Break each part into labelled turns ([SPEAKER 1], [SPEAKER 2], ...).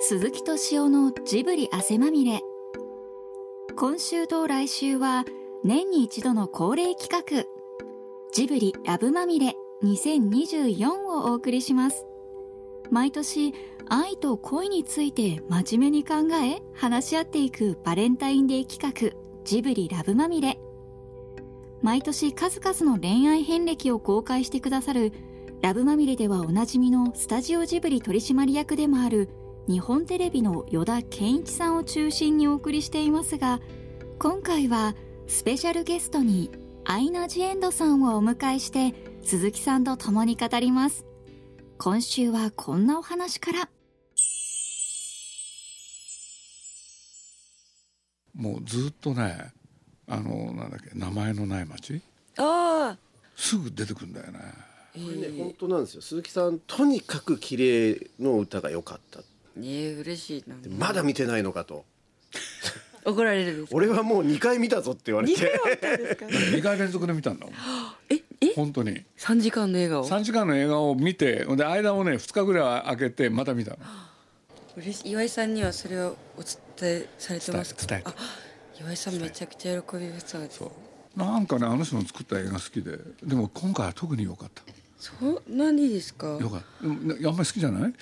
[SPEAKER 1] 鈴木敏夫のジブリ汗まみれ今週と来週は年に一度の恒例企画ジブリラブまみれ2024をお送りします毎年愛と恋について真面目に考え話し合っていくバレンタインデー企画ジブリラブまみれ毎年数々の恋愛遍歴を公開してくださるラブまみれではおなじみのスタジオジブリ取締役でもある日本テレビの依田健一さんを中心にお送りしていますが今回はスペシャルゲストにアイナ・ジ・エンドさんをお迎えして鈴木さんと共に語ります今週はこんなお話から
[SPEAKER 2] もうずっとねあのなんだっけ名前のない町
[SPEAKER 3] ああ、
[SPEAKER 2] すぐ出てくるんだよね
[SPEAKER 3] え
[SPEAKER 4] これね、本
[SPEAKER 3] ー、
[SPEAKER 4] 当なんですよ鈴木さんとにかく綺麗の歌が良かったっ
[SPEAKER 3] えー、嬉しいな
[SPEAKER 4] てまだ見てないのかと
[SPEAKER 3] 怒られるんですか
[SPEAKER 4] 俺はもう2回見たぞって言われ
[SPEAKER 3] 二回
[SPEAKER 4] て
[SPEAKER 3] は見たんです か
[SPEAKER 2] 2回連続で見たんだもん
[SPEAKER 3] ええ
[SPEAKER 2] 本当に
[SPEAKER 3] 三時間の笑顔
[SPEAKER 2] 3時間の映画を見てで間をね2日ぐらい空けてまた見たの
[SPEAKER 3] 嬉しい岩井さんにはそれをお伝えされて
[SPEAKER 2] 伝え
[SPEAKER 3] ますか
[SPEAKER 2] 伝えた
[SPEAKER 3] あ岩井さんめちゃくちゃ喜びそうです
[SPEAKER 2] そうなんかねあの人の作った映画好きででも今回は特に良かった
[SPEAKER 3] そんなにですか
[SPEAKER 2] 良かったでもねあんまり好きじゃない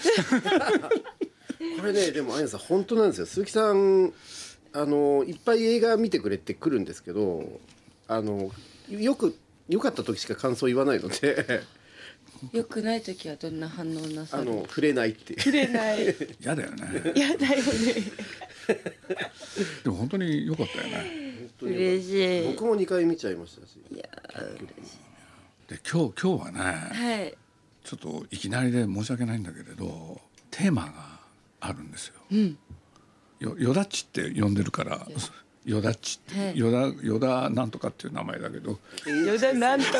[SPEAKER 4] これねでもあやさん本当なんですよ鈴木さんあのいっぱい映画見てくれって来るんですけどあのよく良かった時しか感想言わないの で
[SPEAKER 3] 良くない時はどんな反応なさ
[SPEAKER 4] あ
[SPEAKER 3] る
[SPEAKER 4] の触れないっていう
[SPEAKER 3] れない
[SPEAKER 2] 嫌だよね
[SPEAKER 3] やだよね
[SPEAKER 2] でも本当に良かったよね
[SPEAKER 4] 本当に良かっ
[SPEAKER 3] 嬉
[SPEAKER 4] た
[SPEAKER 3] しい
[SPEAKER 4] 僕も2回見ちゃいましたし
[SPEAKER 3] いや
[SPEAKER 2] で今日今日はね
[SPEAKER 3] はい
[SPEAKER 2] ちょっといきなりで申し訳ないんだけれどテーマがあるんですよ
[SPEAKER 3] うん
[SPEAKER 2] よよだっちって呼んでるからよだっちって、
[SPEAKER 3] はい
[SPEAKER 2] よだよだなんとかっていう名前だけど
[SPEAKER 3] 余談なんとか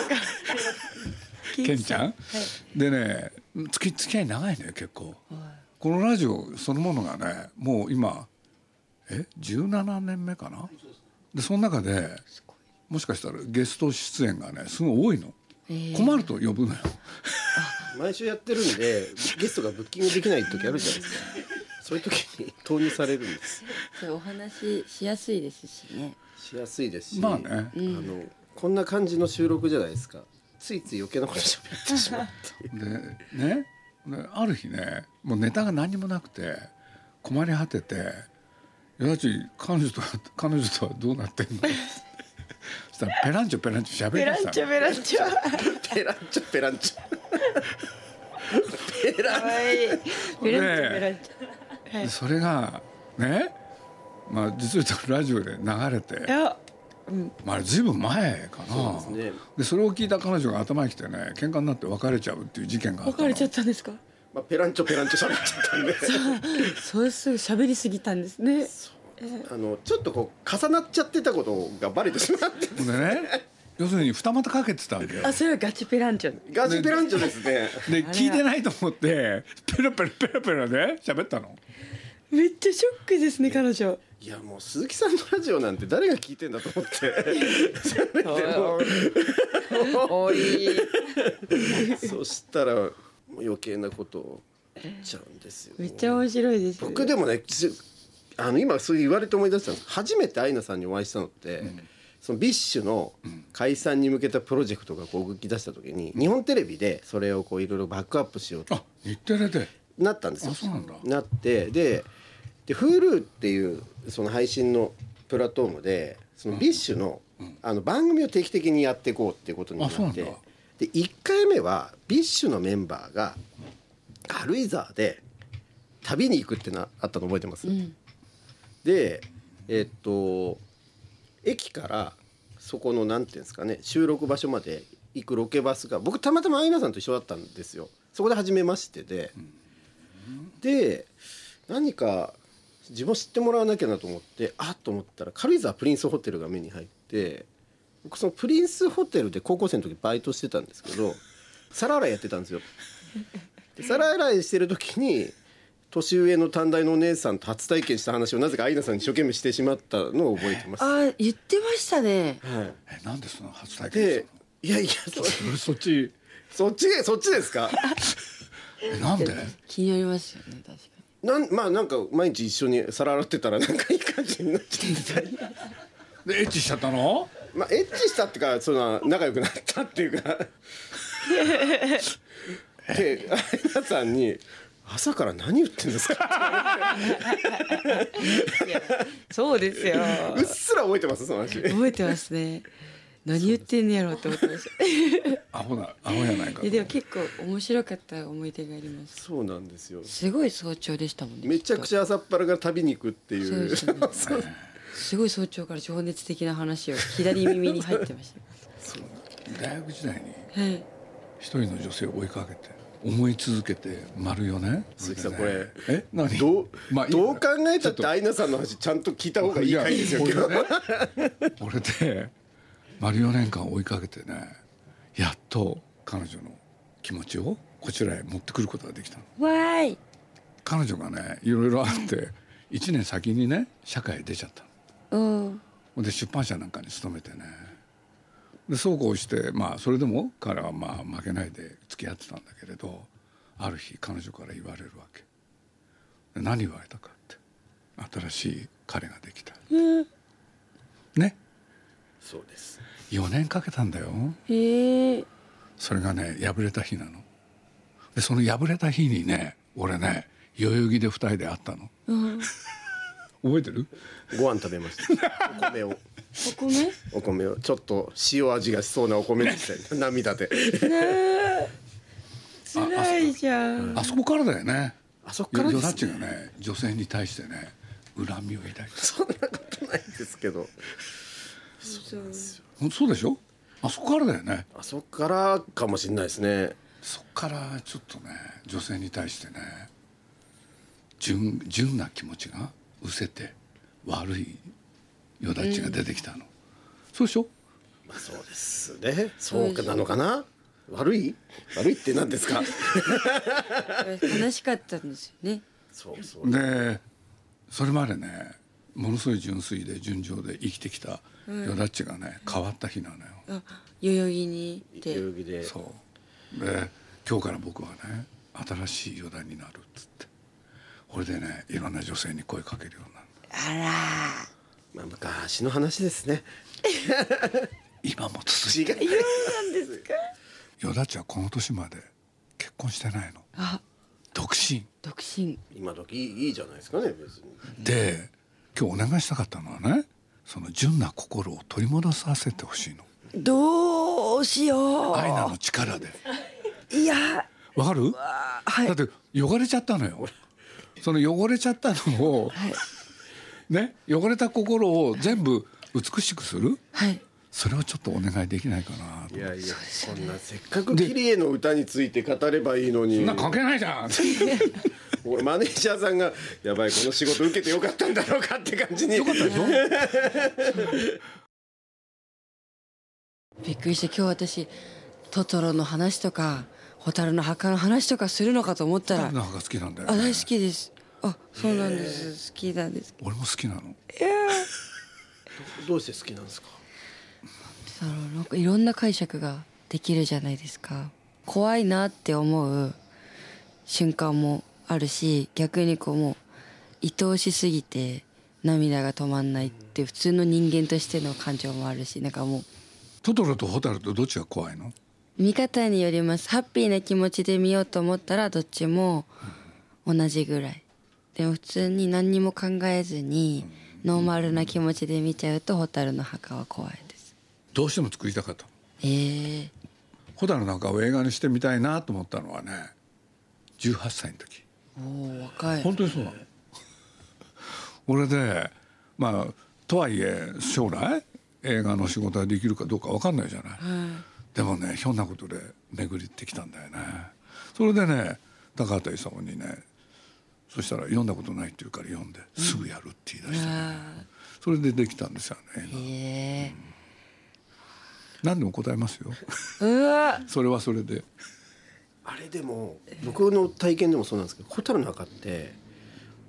[SPEAKER 2] ケンちゃん、でね付き付き合い長いのよ結構このラジオそのものがねもう今え17年目かなでその中でもしかしたらゲスト出演がねすごい多いの困ると呼ぶのよ
[SPEAKER 4] 毎週やってるんでゲストがブッキングできない時あるじゃないですかそういう時に投入されるんです
[SPEAKER 3] そうお話ししやすいですしね
[SPEAKER 4] しやすいですし
[SPEAKER 2] まあね
[SPEAKER 4] あのこんな感じの収録じゃないですかついつい余計なこと喋っ てしまう
[SPEAKER 2] でねである日ねもうネタが何にもなくて困り果てて「よだち彼女とは彼女とはどうなってん の?」そしたらペランチョペランチョ喋りましたの
[SPEAKER 3] ベランチ
[SPEAKER 4] ペ
[SPEAKER 3] ョ
[SPEAKER 4] ランチョペランチョペラン
[SPEAKER 3] 可愛いベラン
[SPEAKER 2] ね
[SPEAKER 3] チ
[SPEAKER 2] え
[SPEAKER 3] ョベランチョは
[SPEAKER 2] で
[SPEAKER 3] い
[SPEAKER 2] それがねまあ実を言うとラジオで流れて
[SPEAKER 3] い、や
[SPEAKER 2] まあ、あれ随分前かな
[SPEAKER 4] そうですね
[SPEAKER 2] でそれを聞いた彼女が頭にきてね喧嘩になって別れちゃうっていう事件があった
[SPEAKER 3] 別
[SPEAKER 2] の
[SPEAKER 3] れちゃったんですか
[SPEAKER 4] まあ、ペランチョペランチョ喋っちゃったんで
[SPEAKER 3] そうすぐ喋りすぎたんですね
[SPEAKER 4] あのちょっとこう重なっちゃってたことがバレてしまって
[SPEAKER 2] でね要するに二股かけてたわけよ
[SPEAKER 3] あそれはガチベランチョ
[SPEAKER 4] ガチペランチョですね
[SPEAKER 2] で
[SPEAKER 3] あれ
[SPEAKER 2] 聞いてないと思ってペラペラペラペラで喋ったの
[SPEAKER 3] めっちゃショックですね彼女
[SPEAKER 4] いやもう鈴木さんのラジオなんて誰が聞いてんだと思って
[SPEAKER 3] おい
[SPEAKER 4] そしたらもう余計なことを言っちゃうんですよ
[SPEAKER 3] めっちゃ面白いです
[SPEAKER 4] 僕でもねつあの今そう言われて思い出したんです初めてアイナさんにお会いしたのって、そのビッシュの解散に向けたプロジェクトがこう動き出した時に、日本テレビでそれをこういろいろバックアップしようと
[SPEAKER 2] あ日テレで
[SPEAKER 4] なったんですよ
[SPEAKER 2] あそうなんだ
[SPEAKER 4] ってでで Hulu っていうその配信のプラットフォームでそのビッシュの,、あの番組を定期的にやっていこうっていうことになっ
[SPEAKER 2] あそうなん
[SPEAKER 4] て
[SPEAKER 2] だ
[SPEAKER 4] で1回目はビッシュのメンバーが軽井沢で旅に行くってなあったの覚えてます、でえっと駅からそこのなんていうんですかね収録場所まで行くロケバスが僕たまたまアイナさんと一緒だったんですよそこで初めましてで、で何か自分を知ってもらわなきゃなと思ってあっと思ったら軽井沢プリンスホテルが目に入って僕そのプリンスホテルで高校生の時バイトしてたんですけど皿洗いやってたんですよ。で皿洗いしてる時に年上の短大のお姉さんと初体験した話をなぜかアイナさんに一生懸命してしまったのを覚えてます。は
[SPEAKER 3] あ言ってましたね
[SPEAKER 4] い、
[SPEAKER 2] えなんでその初体験した
[SPEAKER 4] でいやいや
[SPEAKER 2] の俺そっち
[SPEAKER 4] そそっちそっちですか
[SPEAKER 2] えなんで
[SPEAKER 3] 気になりますよね確か
[SPEAKER 4] な
[SPEAKER 3] に
[SPEAKER 4] んまあなんか毎日一緒に皿洗ってたらなんかいい感じになっちゃってたり
[SPEAKER 2] でエッチしちゃったの
[SPEAKER 4] まあエッチしたっていうかその仲良くなったっていうかで相田さんに「朝から何言ってんですか?
[SPEAKER 5] そうですよ」
[SPEAKER 4] うっすら覚えてますその話
[SPEAKER 5] 覚えてますね何言ってんねやろうって思ってました
[SPEAKER 2] アホなアホやないか
[SPEAKER 5] えでも結構面白かった思い出があります
[SPEAKER 4] そうなんですよ
[SPEAKER 5] すごい早朝でしたもんね
[SPEAKER 4] めちゃくち
[SPEAKER 5] ゃ
[SPEAKER 4] ゃ朝っぱらから旅に行くってい
[SPEAKER 5] そう
[SPEAKER 4] う
[SPEAKER 5] ですよねすごい早朝から情熱的な話を左耳に入ってまし
[SPEAKER 2] 大学時代に
[SPEAKER 5] たはい
[SPEAKER 2] 一人の女性を追いかけて思い続けて丸4年
[SPEAKER 4] 鈴木さんこれ
[SPEAKER 2] え何
[SPEAKER 4] どう、
[SPEAKER 2] まあいい
[SPEAKER 4] どう考えたっ
[SPEAKER 2] ちょ
[SPEAKER 4] てアイナさんの話ちゃんと聞いた方がいい回ですよ
[SPEAKER 2] いや
[SPEAKER 4] 今
[SPEAKER 2] こ
[SPEAKER 4] 日
[SPEAKER 2] れねこれで丸4年間追いかけてねやっと彼女の気持ちをこちらへ持ってくることができたの
[SPEAKER 5] わーい
[SPEAKER 2] 彼女がねいろいろあって1年先にね社会へ出ちゃったの
[SPEAKER 5] うん
[SPEAKER 2] ほんで出版社なんかに勤めてねでそうこうしてまあそれでも彼はまあ負けないで付き合ってたんだけれどある日彼女から言われるわけで何言われたかって新しい彼ができた、ね
[SPEAKER 4] そうです
[SPEAKER 2] 4年かけたんだよ
[SPEAKER 5] へえ
[SPEAKER 2] それがね破れた日なのでその破れた日にね俺ね代々木で二人で会ったの、覚えてる
[SPEAKER 4] ご飯食べましたお米を
[SPEAKER 5] お米
[SPEAKER 4] お米をちょっと塩味がしそうなお米でした よ涙で
[SPEAKER 5] 辛いじゃん
[SPEAKER 2] あそこからだよね
[SPEAKER 4] あそっ
[SPEAKER 2] ヨ
[SPEAKER 4] からで
[SPEAKER 2] ダッチ
[SPEAKER 4] す、
[SPEAKER 2] が
[SPEAKER 4] ね、
[SPEAKER 2] ね女性に対してね恨みを抱いた
[SPEAKER 4] そんなことないですけど
[SPEAKER 2] ほんそうでしょあそこからだよね
[SPEAKER 4] あそっからかもしれないですね
[SPEAKER 2] そこからちょっとね女性に対してね純純な気持ちがうせて悪いよだちが出てきたの、そうでしょ
[SPEAKER 4] まあそうですねそうかなのかな悪い悪いって何ですか
[SPEAKER 5] 悲しかったんですよね
[SPEAKER 4] そうそう
[SPEAKER 2] でそれまでねものすごい純粋で純情で生きてきたよだちがね変わった日なのよ、
[SPEAKER 5] あ代々木に行って
[SPEAKER 4] 代々木で
[SPEAKER 2] そうで今日から僕はね新しい余談になるっつってこれでねいろんな女性に声かけるようになる
[SPEAKER 5] あ
[SPEAKER 4] まあ昔の話ですね
[SPEAKER 2] 今も続
[SPEAKER 4] 違
[SPEAKER 2] いて
[SPEAKER 4] い
[SPEAKER 2] 与田ちはこの年まで結婚してないの
[SPEAKER 5] らあ
[SPEAKER 2] 独身
[SPEAKER 5] 独身
[SPEAKER 4] 今時いいじゃないですかね別に
[SPEAKER 2] で今日お願いしたかったのはねその純な心を取り戻させてほしいの
[SPEAKER 5] どうしよ
[SPEAKER 2] アイナの力で
[SPEAKER 5] ういや
[SPEAKER 2] わかる
[SPEAKER 5] はい
[SPEAKER 2] だって汚れちゃったのよその汚れちゃったのを、ね汚れた心を全部美しくする
[SPEAKER 5] はい
[SPEAKER 2] それをちょっとお願いできないかない
[SPEAKER 4] やいや、そんなせっかくキリエの歌について語ればいいの
[SPEAKER 2] そ
[SPEAKER 4] に
[SPEAKER 2] んな関係ないじゃん
[SPEAKER 4] 俺マネージャーさんが「やばいこの仕事受けてよかったんだろうか」って感じに
[SPEAKER 5] びっくりして今日私トトロの話とか蛍の墓の話とかするのかと思ったら
[SPEAKER 2] なんか好きなんだよ、
[SPEAKER 5] あ
[SPEAKER 2] ね
[SPEAKER 5] 大、好きですあそうなんです好きなんです
[SPEAKER 2] 俺も好きなの
[SPEAKER 4] どうして好きなんですか
[SPEAKER 5] そのなんかいろんな解釈ができるじゃないですか怖いなって思う瞬間もあるし逆にこうもう愛おしすぎて涙が止まんないっていう普通の人間としての感情もあるしなんかもう
[SPEAKER 2] トトロとホタルとどっちが怖いの
[SPEAKER 5] 見方によりますハッピーな気持ちで見ようと思ったらどっちも同じぐらいでも普通に何にも考えずにノーマルな気持ちで見ちゃうと蛍の墓は怖いです
[SPEAKER 2] どうしても作りたかった
[SPEAKER 5] えー、
[SPEAKER 2] ホタルなんかを映画にしてみたいなと思ったのはね18歳の時
[SPEAKER 5] おお若い
[SPEAKER 2] 本当にそうなの俺でまあとはいえ将来映画の仕事ができるかどうか分かんないじゃない、でもねひょんなことで巡りってきたんだよねそれでね高畑勲にねそしたら読んだことないって言うから読んですぐやるって言い出した、ねそれでできたんですよね映画
[SPEAKER 5] え
[SPEAKER 2] 何でも答えますよ
[SPEAKER 5] ー、うわ
[SPEAKER 2] それはそれで
[SPEAKER 4] あれでも僕の体験でもそうなんですけど蛍の墓って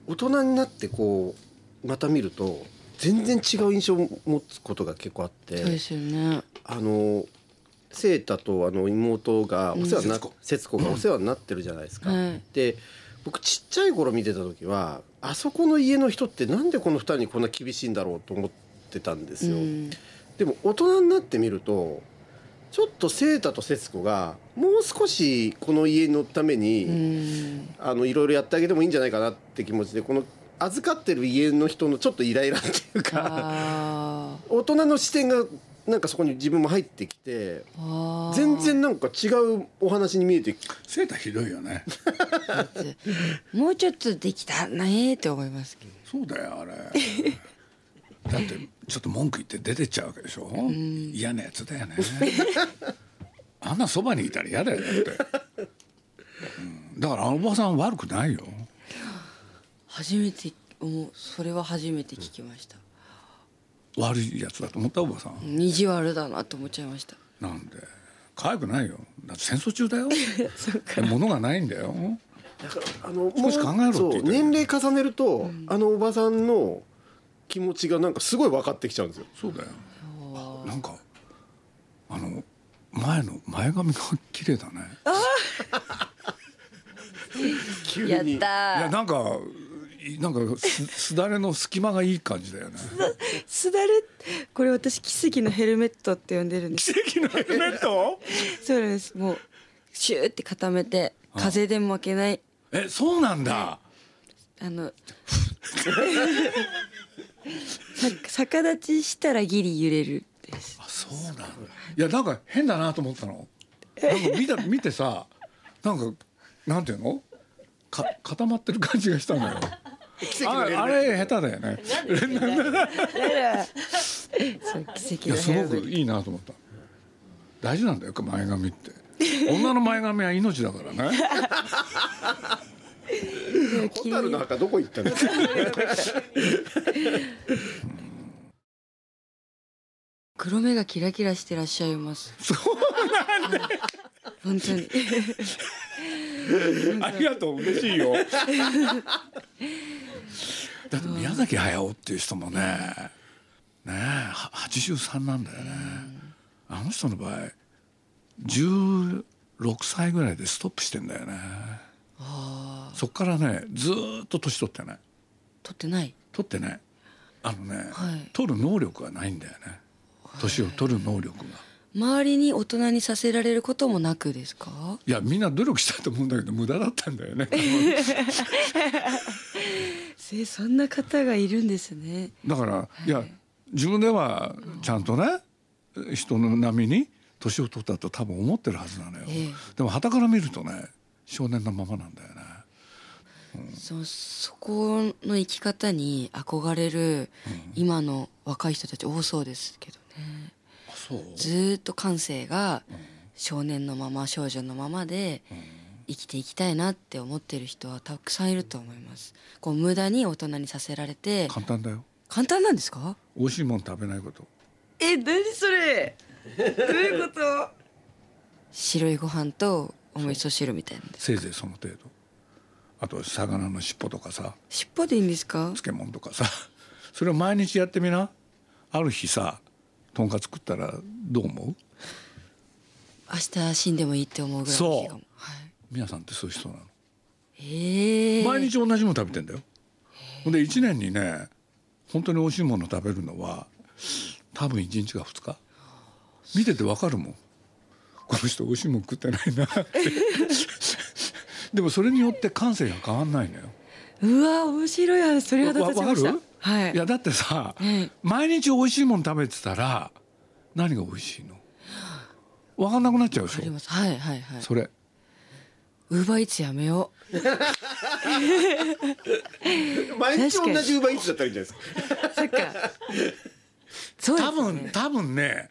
[SPEAKER 4] 大人になってこうまた見ると全然違う印象を持つことが結構あっ
[SPEAKER 5] そうで
[SPEAKER 4] て
[SPEAKER 5] すよね
[SPEAKER 4] あのセータとあの妹がお世話にな
[SPEAKER 2] 節
[SPEAKER 4] っ
[SPEAKER 2] 子
[SPEAKER 4] 節子がお世話になってるじゃないですか。
[SPEAKER 5] はい
[SPEAKER 4] で僕ちっちゃい頃見てた時はあそこの家の人ってなんでこの2人にこんな厳しいんだろうと思ってたんですよ、
[SPEAKER 5] うん
[SPEAKER 4] でも大人になってみるとちょっとセータと節子がもう少しこの家のために、
[SPEAKER 5] うん
[SPEAKER 4] あのいろいろやってあげてもいいんじゃないかなって気持ちでこの預かってる家の人のちょっとイライラっていうか
[SPEAKER 5] あ
[SPEAKER 4] 大人の視点がなんかそこに自分も入ってきて
[SPEAKER 5] ーあー
[SPEAKER 4] 全然なんか違うお話に見えてき
[SPEAKER 2] セーターひどいよね
[SPEAKER 5] もうちょっとできたねって思いますけど
[SPEAKER 2] そうだよあれだってちょっと文句言って出てっちゃうわけでしょ嫌なやつだよねあんなそばにいたら嫌だよだって、うん、だからあのおばさん悪くないよ
[SPEAKER 5] 初めて思うそれは初めて聞きました
[SPEAKER 2] 悪いやつだと思ったおばさん
[SPEAKER 5] 意地悪だなと思っちゃいました
[SPEAKER 2] なんで可愛くないよだって戦争中だよ物がないんだよ
[SPEAKER 4] だからあの
[SPEAKER 2] 少し考えろって言ってる
[SPEAKER 4] そう年齢重ねると、あのおばさんの気持ちがなんかすごい分かってきちゃうんですよ
[SPEAKER 2] そうだよなんかあの前の前髪が綺麗だね
[SPEAKER 4] 急
[SPEAKER 5] やっ
[SPEAKER 4] に
[SPEAKER 2] いや
[SPEAKER 5] たー
[SPEAKER 2] なんかいなんかすすだれの隙間がいい感じだよね
[SPEAKER 6] すだれこれ私奇跡のヘルメットって呼んでるんです
[SPEAKER 2] 奇跡のヘルメッ ト
[SPEAKER 6] そうなんですもう
[SPEAKER 5] シューって固めて風でも負けない
[SPEAKER 2] えそうなんだ
[SPEAKER 5] あの
[SPEAKER 6] さ逆立ちしたらギリ揺れるです
[SPEAKER 2] あそうなんだいやなんか変だなと思ったのなんか見た 見てさなんかなんていうのか固まってる感じがしたのよ
[SPEAKER 4] 奇跡
[SPEAKER 2] あ
[SPEAKER 4] の連絡
[SPEAKER 2] あれ下手だよね
[SPEAKER 6] そう奇跡
[SPEAKER 2] い
[SPEAKER 6] の
[SPEAKER 2] やす
[SPEAKER 6] ヘルメ
[SPEAKER 2] ご
[SPEAKER 6] ット
[SPEAKER 2] くいいなと思った大事なんだよ前髪って女の前髪は命だから ね
[SPEAKER 4] 蛍の墓どこ行ったんですか
[SPEAKER 5] 黒目がキラキラしてらっしゃいますそうなん本当に
[SPEAKER 2] ありがとう嬉しい よだって宮崎駿っていう人もねねえは83なんだよねあの人の場合16歳ぐらいでストップしてんだよねそっからねずーっと年取ってない
[SPEAKER 5] 撮ってない
[SPEAKER 2] 取ってないあのね、
[SPEAKER 5] はい
[SPEAKER 2] 取る能力がないんだよね年を取る能力が
[SPEAKER 5] 周りに大人にさせられることもなくですか
[SPEAKER 2] いやみんな努力したと思うんだけど無駄だったんだよ ね
[SPEAKER 5] えそんな方がいるんですね
[SPEAKER 2] だから、い、や自分ではちゃんとね人の並みに年を取ったと多分思ってるはずなのよ、
[SPEAKER 5] ええ
[SPEAKER 2] でも傍から見るとね少年のままなんだよね
[SPEAKER 5] そそこの生き方に憧れる今の若い人たち多そうですけどね
[SPEAKER 2] あそう
[SPEAKER 5] ずーっと感性が少年のまま少女のままで生きていきたいなって思ってる人はたくさんいると思いますこう無駄に大人にさせられて
[SPEAKER 2] 簡単だよ
[SPEAKER 5] 簡単なんですか
[SPEAKER 2] 美味しいもん食べないこと
[SPEAKER 6] え何それどういうこと
[SPEAKER 5] 白いご飯とお味噌汁みたいなんです
[SPEAKER 2] せいぜいその程度あと魚の尻尾とかさ
[SPEAKER 5] 尻尾でいいんですか
[SPEAKER 2] 漬物とかさそれを毎日やってみなある日さとんかつ食ったらどう思う
[SPEAKER 5] 明日死んでもいいって思うぐらいの日
[SPEAKER 2] そ
[SPEAKER 5] が
[SPEAKER 2] う
[SPEAKER 5] はい、
[SPEAKER 2] 皆さんってそういう人なの、
[SPEAKER 5] ええ
[SPEAKER 2] 毎日同じもの食べてんだよほんで1年にね本当に美味しいもの食べるのは多分1日か2日見ててわかるもんこの人美味しいもん食ってないなってでもそれによって感性が変わんないのよ
[SPEAKER 6] うわ面白い話それは立ちまし
[SPEAKER 2] わ
[SPEAKER 6] た
[SPEAKER 2] わかる
[SPEAKER 6] はい
[SPEAKER 2] いやだってさ、
[SPEAKER 5] ええ
[SPEAKER 2] 毎日美味しいもの食べてたら何が美味しいの分かんなくなっちゃうでし
[SPEAKER 5] あり
[SPEAKER 2] ょ
[SPEAKER 5] ますはいはいはい
[SPEAKER 2] それ
[SPEAKER 5] ウーバーイーツやめよう
[SPEAKER 4] 毎日
[SPEAKER 6] 確かに
[SPEAKER 4] 同じウーバーイーツだったらいいんじゃないですか
[SPEAKER 6] そ っかそうで
[SPEAKER 2] 多
[SPEAKER 6] す
[SPEAKER 2] 分
[SPEAKER 6] ね
[SPEAKER 2] 多分ね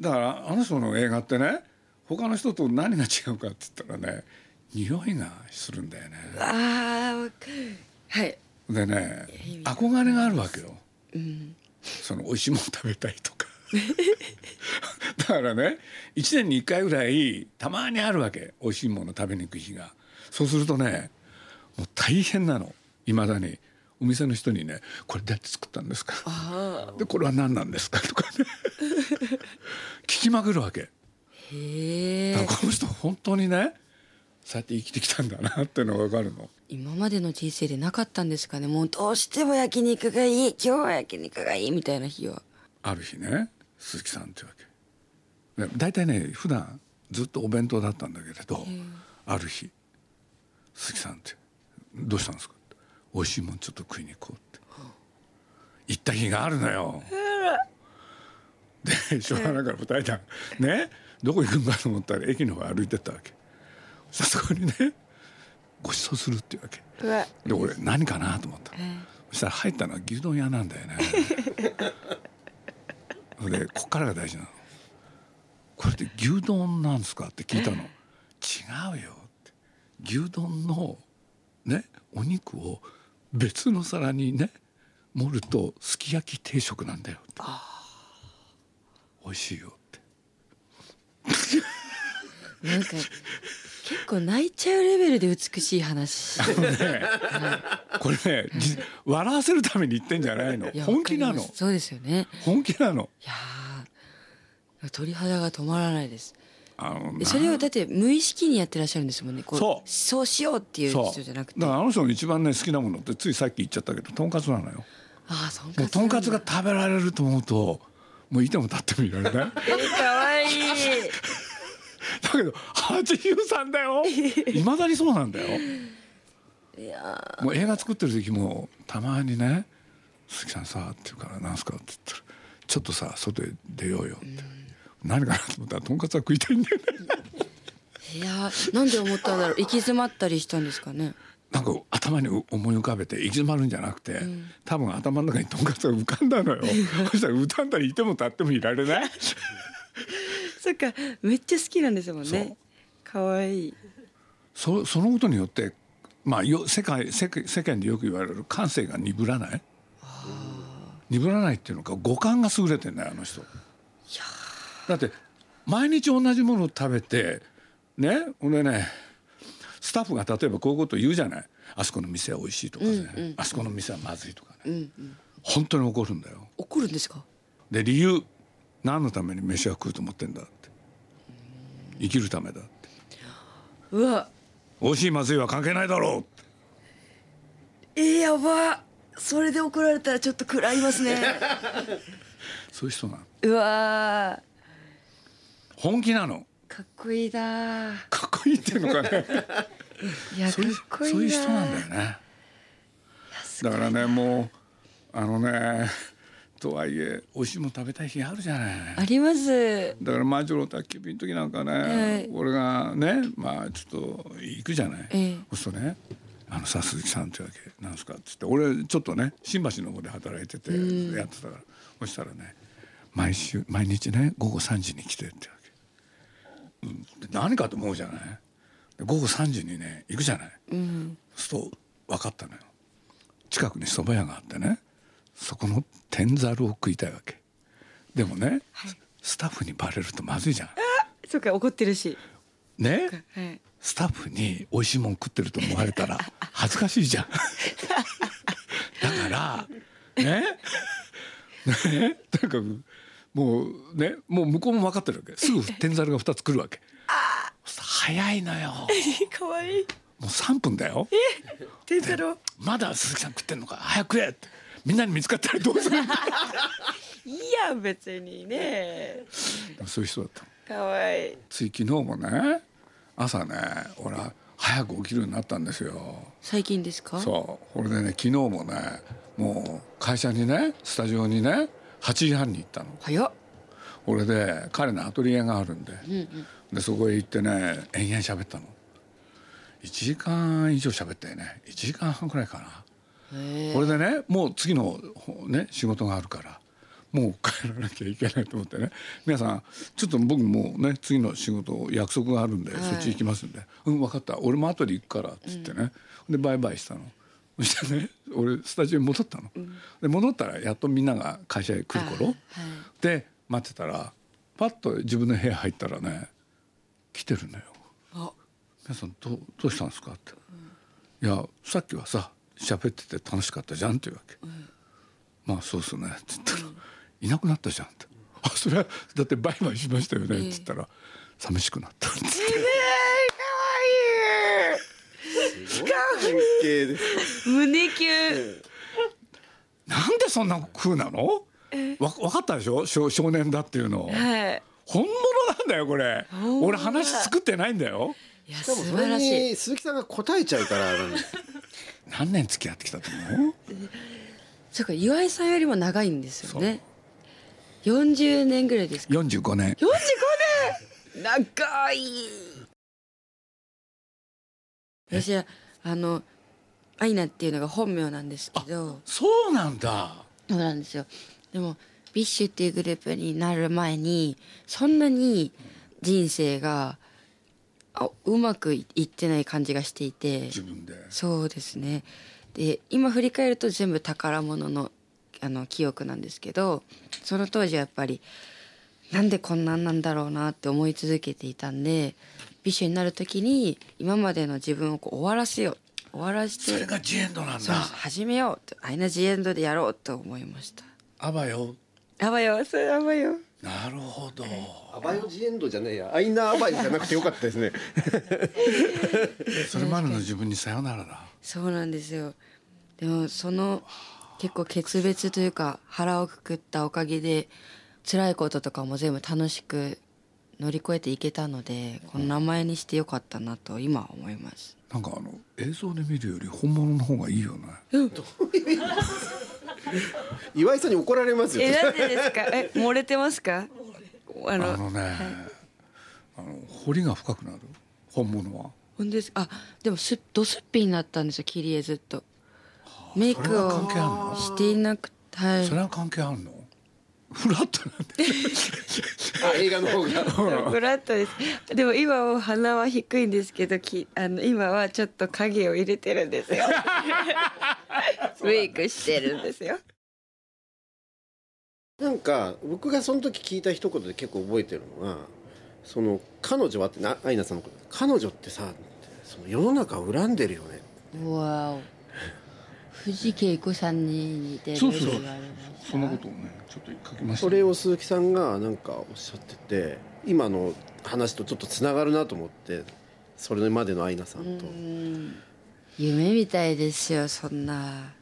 [SPEAKER 2] だからあの人の映画ってね他の人と何が違うかって言ったらね匂いがするんだよね
[SPEAKER 6] あーわかるはい
[SPEAKER 2] でね憧れがあるわけよ、その美味しいもの食べたいとかだからね1年に1回ぐらいたまにあるわけ美味しいもの食べに行く日がそうするとねもう大変なのいまだにお店の人にね「これどうやって作ったんですか?」で「これは何なんですか?」とかね聞きまくるわけ。
[SPEAKER 5] へえ
[SPEAKER 2] だからこの人本当にねそうやって生きてきたんだなっていうのが分かるの
[SPEAKER 5] 今までの人生でなかったんですかねもうどうしても焼肉がいい今日は焼肉がいいみたいな日は
[SPEAKER 2] ある日ね鈴木さんってわけで大体ね普段ずっとお弁当だったんだけれどある日「鈴木さんってどうしたんですか?」って「美味しいもんちょっと食いに行こう」って言った日があるのよ。でしょうがないから答えたねどこ行くんだと思ったら駅の方歩いてったわけさそこにねご馳走するっていうわけ
[SPEAKER 6] うわ
[SPEAKER 2] で俺何かなと思った、そしたら入ったのは牛丼屋なんだよねでこっからが大事なのこれって牛丼なんですかって聞いたの違うよって牛丼のねお肉を別の皿にね盛るとすき焼き定食なんだよって美味しいよって
[SPEAKER 5] なんか結構泣いちゃうレベルで美しい話
[SPEAKER 2] これね、じ笑わせるために言ってんじゃないの
[SPEAKER 5] い や
[SPEAKER 2] 本気な
[SPEAKER 5] わか
[SPEAKER 2] の
[SPEAKER 5] りますそうですよね
[SPEAKER 2] 本気なの
[SPEAKER 5] いやー鳥肌が止まらないです
[SPEAKER 2] あの
[SPEAKER 5] えそれをだって無意識にやってらっしゃるんですもんねこ
[SPEAKER 2] そう
[SPEAKER 5] そうしようっていう
[SPEAKER 2] そ
[SPEAKER 5] 人
[SPEAKER 2] う
[SPEAKER 5] じゃなくて
[SPEAKER 2] だから
[SPEAKER 5] あ
[SPEAKER 2] あの人の一番ね好きなものってついさっき言っちゃったけどとんかつなのよ
[SPEAKER 5] あーとん
[SPEAKER 2] も
[SPEAKER 5] か
[SPEAKER 2] う
[SPEAKER 5] つ
[SPEAKER 2] とんかつ
[SPEAKER 5] なん
[SPEAKER 2] が
[SPEAKER 5] だ
[SPEAKER 2] 食べられると思うともういても立ってもいられないだ
[SPEAKER 5] えーかわいい
[SPEAKER 2] けど83だよいまだにそうなんだよ
[SPEAKER 5] いや
[SPEAKER 2] もう映画作ってる時もたまにね「鈴木さんさ」って言うから「なんすか?」って言ったら「ちょっとさ外へ出ようよ」って、何かなと思ったらとんかつは食いたいんだよね
[SPEAKER 5] ーいやーなんで思ったんだろう行き詰まったりしたんですかね
[SPEAKER 2] なんか頭に思い浮かべて行き詰まるんじゃなくて、多分頭の中にとんかつが浮かんだのよそしたら浮かんだりいても立ってもいられない
[SPEAKER 6] そっかめっちゃ好きなんですもんね可愛い
[SPEAKER 2] そそのことによって、まあ、よ世界世界世間でよく言われる感性が鈍らない鈍らないっていうのか五感が優れてんだよあの人。だって毎日同じものを食べてね俺ねスタッフが例えばこういうことを言うじゃないあそこの店は美味しいとかね、あそこの店はまずいとかね、本当に怒るんだよ。
[SPEAKER 5] 怒るんですか
[SPEAKER 2] で理由何のために飯は食うと思ってんだって生きるためだって。
[SPEAKER 6] うわ
[SPEAKER 2] 美味しいまずいは関係ないだろうって
[SPEAKER 6] えー、やばそれで怒られたらちょっと食らいます ね
[SPEAKER 2] そういう人なの
[SPEAKER 6] うわ
[SPEAKER 2] 本気なの
[SPEAKER 6] ーかっこいいだー
[SPEAKER 2] かっこいいっていうのかね
[SPEAKER 6] いや
[SPEAKER 2] そういう
[SPEAKER 6] かっこいいな
[SPEAKER 2] そういう人なんだよねだからねもうあのねとはいえ美味しいもの食べたい日あるじゃない
[SPEAKER 5] あります
[SPEAKER 2] だから前城の宅急便の時なんかね、
[SPEAKER 5] はい
[SPEAKER 2] 俺がねまあちょっと行くじゃない、
[SPEAKER 5] ええ
[SPEAKER 2] そうするとね「あのさ鈴木さん」ってわけ「なんですか?」っつって俺ちょっとね新橋の方で働いててやってたから、そしたらね毎週毎日ね午後3時に来てってわけ、うん、で何かと思うじゃないで午後3時にね行くじゃない、そうすると分かったのよ近くに蕎麦屋があってねそこの天ざるを食いたいわけでもね、スタッフにバレるとまずいじゃん
[SPEAKER 6] そっか怒ってるし
[SPEAKER 2] ね
[SPEAKER 6] はい
[SPEAKER 2] スタッフに美味しいもん食ってると思われた ら恥ずかしいじゃんだからねねなんかもうねもう向こうも分かってるわけすぐ天ざるが2つ来るわけ早いのよ
[SPEAKER 6] 可愛い
[SPEAKER 2] もう3分だよ
[SPEAKER 6] 天太郎
[SPEAKER 2] まだ鈴木さん食ってんのか早く食えってみんなに見つかったらどうするんだ
[SPEAKER 6] いいやん別にね
[SPEAKER 2] そういう人だったの
[SPEAKER 6] 可愛い
[SPEAKER 2] つい昨日もね朝ね俺は早く起きるようになったんですよ
[SPEAKER 5] 最近ですか
[SPEAKER 2] そうこれでね昨日もねもう会社にねスタジオにね8時半に行ったの
[SPEAKER 5] 早っ
[SPEAKER 2] 俺で彼のアトリエがあるんで,、でそこへ行ってね延々喋ったの1時間以上喋ったよね1時間半くらいかなこれでねもう次のほね仕事があるからもう帰らなきゃいけないと思ってね皆さんちょっと僕もうね次の仕事約束があるんで、そっち行きますんで「うん分かった俺も後で行くから」って言ってね、でバイバイしたのそしてね俺スタジオに戻ったの、で戻ったらやっとみんなが会社へ来る頃、で待ってたらパッと自分の部屋入ったらね来てるのよ。皆さんどうどうしたんですかって、いやさっきはさ喋ってて楽しかったじゃんっていうわけ、まあそうっすねって言ったら、いなくなったじゃんって、あそれはだってバイバイしましたよねって言ったら、寂しくなったって言って、
[SPEAKER 6] 可
[SPEAKER 4] すごい典型です
[SPEAKER 6] 胸キュン
[SPEAKER 2] なんでそんな風なのわ分かったでしょ少少年だっていうの、
[SPEAKER 6] はい
[SPEAKER 2] 本物なんだよこれ俺話作ってないんだよ
[SPEAKER 5] いや
[SPEAKER 4] しか
[SPEAKER 5] 素
[SPEAKER 4] もそ
[SPEAKER 5] 晴
[SPEAKER 4] れ
[SPEAKER 5] らしい
[SPEAKER 4] に鈴木さんが答えちゃうからなんです
[SPEAKER 2] 何年付き合ってきたと思う
[SPEAKER 5] そうか岩井さんよりも長いんですよね40年ぐらいですか
[SPEAKER 2] 45年
[SPEAKER 5] 45年長い私はあのアイナっていうのが本名なんですけど
[SPEAKER 2] そうなんだ
[SPEAKER 5] そうなんですよでもビッシュっていうグループになる前にそんなに人生があうまくいってない感じがしていて
[SPEAKER 2] 自分で
[SPEAKER 5] そうですねで今振り返ると全部宝物のあの記憶なんですけどその当時はやっぱりなんでこんなんなんだろうなって思い続けていたんで美酒になる時に今までの自分をこう終わらせよう終わらせて
[SPEAKER 2] それがジエンドなん
[SPEAKER 5] そう
[SPEAKER 2] だ
[SPEAKER 5] 始めようってアイナ・ジ・エンドでやろうと思いました
[SPEAKER 2] あばよ
[SPEAKER 5] やばいよそれやばいよ
[SPEAKER 2] なるほど
[SPEAKER 4] アバヨジエンドじゃねえやアイナアバイじゃなくてよかったですね
[SPEAKER 2] それまでの自分にさよならだ
[SPEAKER 5] そうなんですよでもその結構決別というか腹をくくったおかげで辛いこととかも全部楽しく乗り越えていけたのでこの名前にしてよかったなと今は思います
[SPEAKER 2] なんかあの映像で見るより本物の方がいいよね
[SPEAKER 4] 岩井さんに怒られますよ
[SPEAKER 6] えなんでですかえ漏れてますかあ
[SPEAKER 2] あ
[SPEAKER 6] の
[SPEAKER 2] のね、あの彫りが深くなる本物は
[SPEAKER 5] 本当ですあでもすドすっぴんだったんですよ切り絵ずっとメイ
[SPEAKER 2] それ
[SPEAKER 5] ク
[SPEAKER 2] は
[SPEAKER 5] を
[SPEAKER 2] 関係あるの
[SPEAKER 5] していなくてはい
[SPEAKER 2] それは関係あるのフラットなんで
[SPEAKER 4] あ映画の方 が
[SPEAKER 6] グラッとですでも今は鼻は低いんですけどきあの今はちょっと影を入れてるんです よメイクしてるんですよ
[SPEAKER 4] なんか僕がその時聞いた一言で結構覚えてるのが「その彼女は」ってなアイナさんのこと彼女ってさその世の中を恨んでるよね
[SPEAKER 5] わお藤恵子さんに似てる
[SPEAKER 2] そうそう
[SPEAKER 5] 言われました
[SPEAKER 2] そんなことをねちょっと書きました
[SPEAKER 4] それを鈴木さんがなんかおっしゃってて今の話とちょっとつながるなと思ってそれまでのアイナさんと
[SPEAKER 5] うん夢みたいですよそんな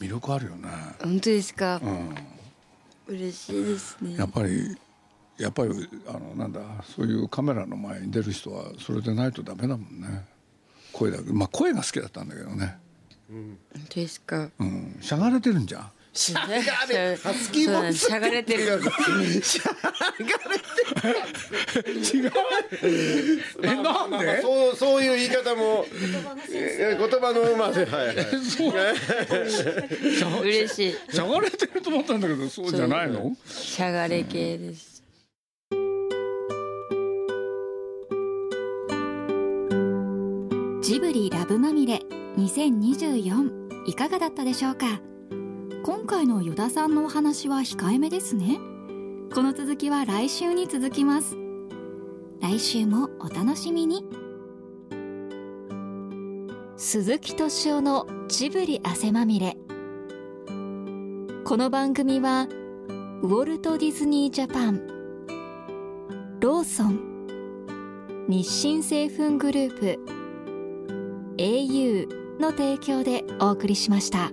[SPEAKER 2] 魅力あるよね
[SPEAKER 5] 本当ですか、
[SPEAKER 2] うん
[SPEAKER 5] 嬉しいですね
[SPEAKER 2] やっぱりやっぱりあのなんだそういうカメラの前に出る人はそれでないとダメだもんね声だけまあ声が好きだったんだけどね
[SPEAKER 5] 本当ですか
[SPEAKER 2] うんしゃがれてるんじゃん
[SPEAKER 5] しゃがれ
[SPEAKER 4] ハスキーボイス
[SPEAKER 5] しゃがれてる
[SPEAKER 2] 違うえなん
[SPEAKER 4] まあまあ
[SPEAKER 2] で
[SPEAKER 4] そうそういう言い方もえ言葉のうまで、はいはい、
[SPEAKER 5] 嬉しい
[SPEAKER 2] しゃがれてると思ったんだけどそうじゃないの
[SPEAKER 5] しゃがれ系です
[SPEAKER 1] ジブリラブまみれ2024いかがだったでしょうか今回の依田さんのお話は控えめですねこの続きは来週に続きます来週もお楽しみに鈴木敏夫のジブリ汗まみれこの番組はウォルト・ディズニー・ジャパンローソン日清製粉グループ au の提供でお送りしました。